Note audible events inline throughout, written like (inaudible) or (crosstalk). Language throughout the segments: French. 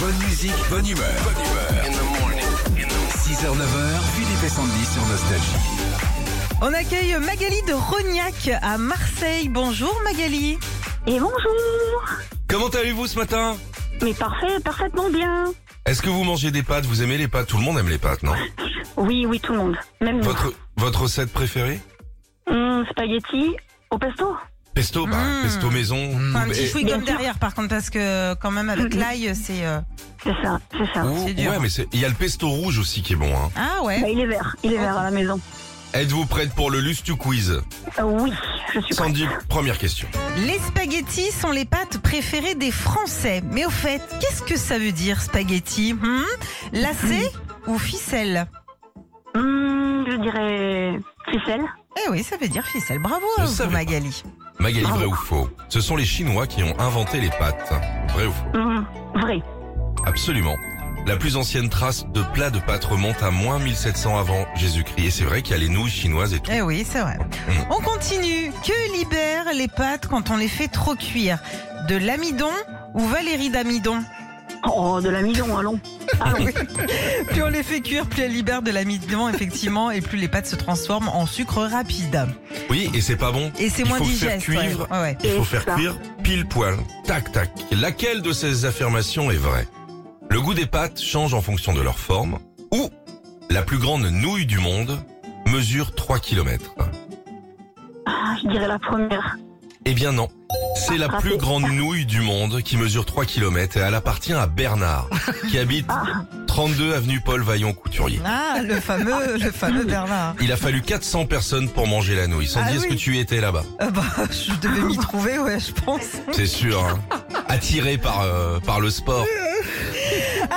Bonne musique, bonne humeur. 6h, 9h, Philippe et Sandy sur Nostalgie. On accueille Magali de Rognac à Marseille. Bonjour Magali. Et bonjour Comment allez-vous ce matin Mais parfait, parfaitement bien Est-ce que vous mangez des pâtes Vous aimez les pâtes Tout le monde aime les pâtes, non Oui, oui, tout le monde. Même nous. Votre votre recette préférée Hum, spaghetti au pesto Pesto, bah, Mm. pesto maison. Enfin, un petit Et- chewing Bien sûr. derrière par contre parce que quand même avec Mhm. l'ail c'est... euh, C'est ça, c'est ça. Ouh, c'est dur. Oh, ouais, mais c'est- il y a le pesto rouge aussi qui est bon. Hein. Ah ouais Bah, il est vert, il est vert à la maison. Êtes-vous prête pour le Lustu Quiz Euh, oui, je suis prête. Sandy, première question. Les spaghettis sont les pâtes préférées des Français. Mais au fait, qu'est-ce que ça veut dire spaghetti hmm Lacet Mhm. ou ficelle Hum, je dirais ficelle. Eh oui, ça veut dire ficelle. Bravo Je à vous, savais pas. Magali. Magali, Bravo. vrai ou faux Ce sont les Chinois qui ont inventé les pâtes. Vrai ou faux Hum, vrai. Absolument. La plus ancienne trace de plat de pâtes remonte à moins 1700 avant Jésus-Christ. Et c'est vrai qu'il y a les nouilles chinoises et tout. Eh oui, c'est vrai. Mhm. On continue. Que libèrent les pâtes quand on les fait trop cuire De l'amidon ou Valérie d'amidon Oh, de l'amidon, allons. Allons. Plus on les fait cuire, plus elles libèrent de l'amidon, effectivement, et plus les pâtes se transforment en sucre rapide. Oui, et c'est pas bon Et c'est Il moins faut faire digeste. ouais. cuivre. Ouais, ouais. Il faut Et faire ça. cuire pile poil. Tac, tac. Laquelle de ces affirmations est vraie Le goût des pâtes change en fonction de leur forme ou la plus grande nouille du monde mesure 3 km Ah, je dirais la première. Eh bien non. C'est la Ah, plus c'est- grande nouille du monde qui mesure 3 km et elle appartient à Bernard (laughs) qui habite Ah. 32 avenue Paul Vaillant Couturier. Ah, le fameux, le fameux Bernard. hein. Il a fallu 400 personnes pour manger la nouille. Sans Ah dire ce oui. que tu étais là-bas. Ah bah, je devais m'y trouver, ouais, je pense. C'est sûr. (laughs) hein. Attiré par, euh, par le sport.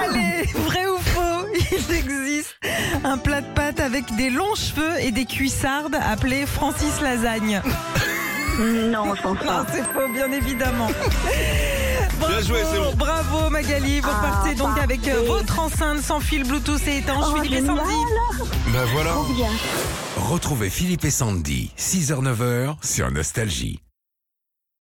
Allez, vrai ou faux, il existe un plat de pâtes avec des longs cheveux et des cuissardes appelé Francis Lasagne. Ah. Non, je pense Non, pas. c'est faux, bien évidemment. Bravo, Bien joué, c'est bon. bravo Magali, vous Ah, repartez donc avec euh, parfait. votre enceinte sans fil Bluetooth et étanche. Oh, Philippe et génial. Sandy. Ben voilà. Trop bien. Retrouvez Philippe et Sandy, 6h, 9h sur Nostalgie.